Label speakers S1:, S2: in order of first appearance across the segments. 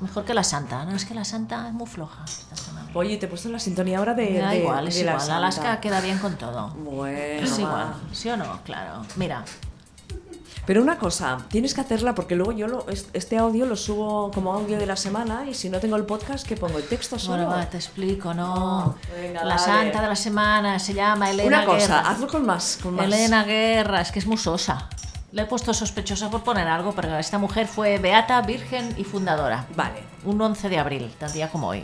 S1: Mejor que la santa, no es que la santa es muy floja. esta semana.
S2: Oye, te he puesto la sintonía ahora de.
S1: Me da
S2: de-
S1: igual, es
S2: de la
S1: igual.
S2: Santa.
S1: Alaska queda bien con todo.
S2: Bueno,
S1: Es
S2: va.
S1: igual, ¿sí o no? Claro. Mira,
S2: Pero una cosa, tienes que hacerla porque luego yo lo- es- este audio lo subo como audio de la semana y si no tengo el podcast, que pongo el texto solo.
S1: bueno, va, te explico, no.
S2: Venga,
S1: la
S2: dale.
S1: santa de la semana se llama Elena
S2: una cosa,
S1: Guerra.
S2: hazlo con más, con más.
S1: Elena Guerra, es que es musosa. Le he puesto sospechosa por poner algo, pero esta mujer fue beata, virgen y fundadora.
S2: Vale.
S1: Un 11 de abril, tan día como hoy.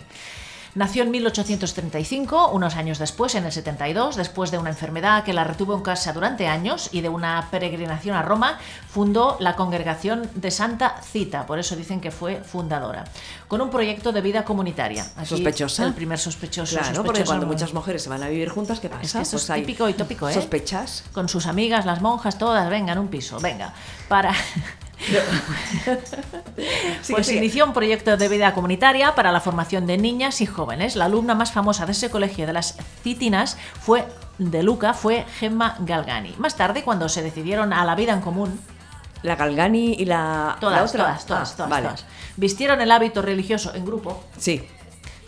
S1: Nació en 1835, unos años después, en el 72, después de una enfermedad que la retuvo en casa durante años y de una peregrinación a Roma, fundó la Congregación de Santa Cita, por eso dicen que fue fundadora, con un proyecto de vida comunitaria. Aquí,
S2: Sospechosa.
S1: El primer sospechoso.
S2: Claro, porque
S1: sospechoso-
S2: cuando muchas mujeres se van a vivir juntas, ¿qué pasa? Pues
S1: que eso es
S2: hay
S1: típico y tópico, ¿eh?
S2: Sospechas.
S1: con sus amigas, las monjas, todas, vengan, un piso, venga. Para.
S2: Sigue,
S1: pues
S2: sigue.
S1: inició un proyecto de vida comunitaria para la formación de niñas y jóvenes. La alumna más famosa de ese colegio de las Citinas fue de Luca fue Gemma Galgani. Más tarde, cuando se decidieron a la vida en común,
S2: La Galgani y la. la
S1: todas,
S2: otra.
S1: todas, todas,
S2: Ah,
S1: todas,
S2: vale.
S1: todas, vistieron el hábito religioso en grupo,
S2: Sí.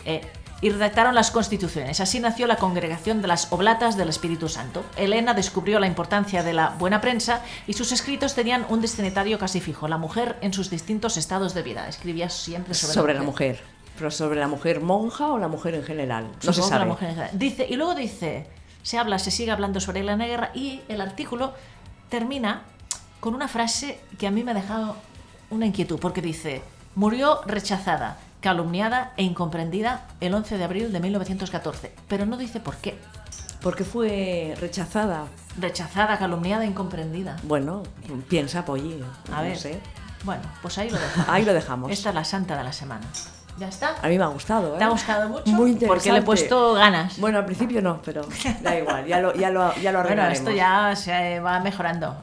S1: eh, y redactaron las constituciones. Así nació la congregación de las Oblatas del Espíritu Santo. Elena descubrió la importancia de la buena prensa y sus escritos tenían un destinatario casi fijo, la mujer en sus distintos estados de vida. Escribía siempre sobre,
S2: Sobre la mujer. Pero sobre la mujer monja o la mujer en general. No se
S1: Supongo que
S2: sabe.
S1: la mujer en general. Dice, y luego dice, se habla, se sigue hablando sobre Elena Guerra y el artículo termina con una frase que a mí me ha dejado una inquietud, porque dice, murió rechazada, calumniada e incomprendida el 11 de abril de 1914, pero no dice por qué.
S2: Porque fue rechazada.
S1: Rechazada, calumniada, e incomprendida.
S2: Bueno, piensa, Polly.
S1: A
S2: no
S1: ver,
S2: sé.
S1: bueno, pues ahí lo dejamos.
S2: Ahí lo dejamos.
S1: Esta es la santa de la semana. ¿Ya está?
S2: A mí me ha gustado, ¿eh?
S1: ¿Te ha gustado mucho?
S2: Muy interesante.
S1: Porque le he puesto ganas.
S2: Bueno, al principio no, pero da igual, ya lo, ya lo, ya
S1: Bueno,
S2: lo arreglaremos.
S1: esto ya se va mejorando.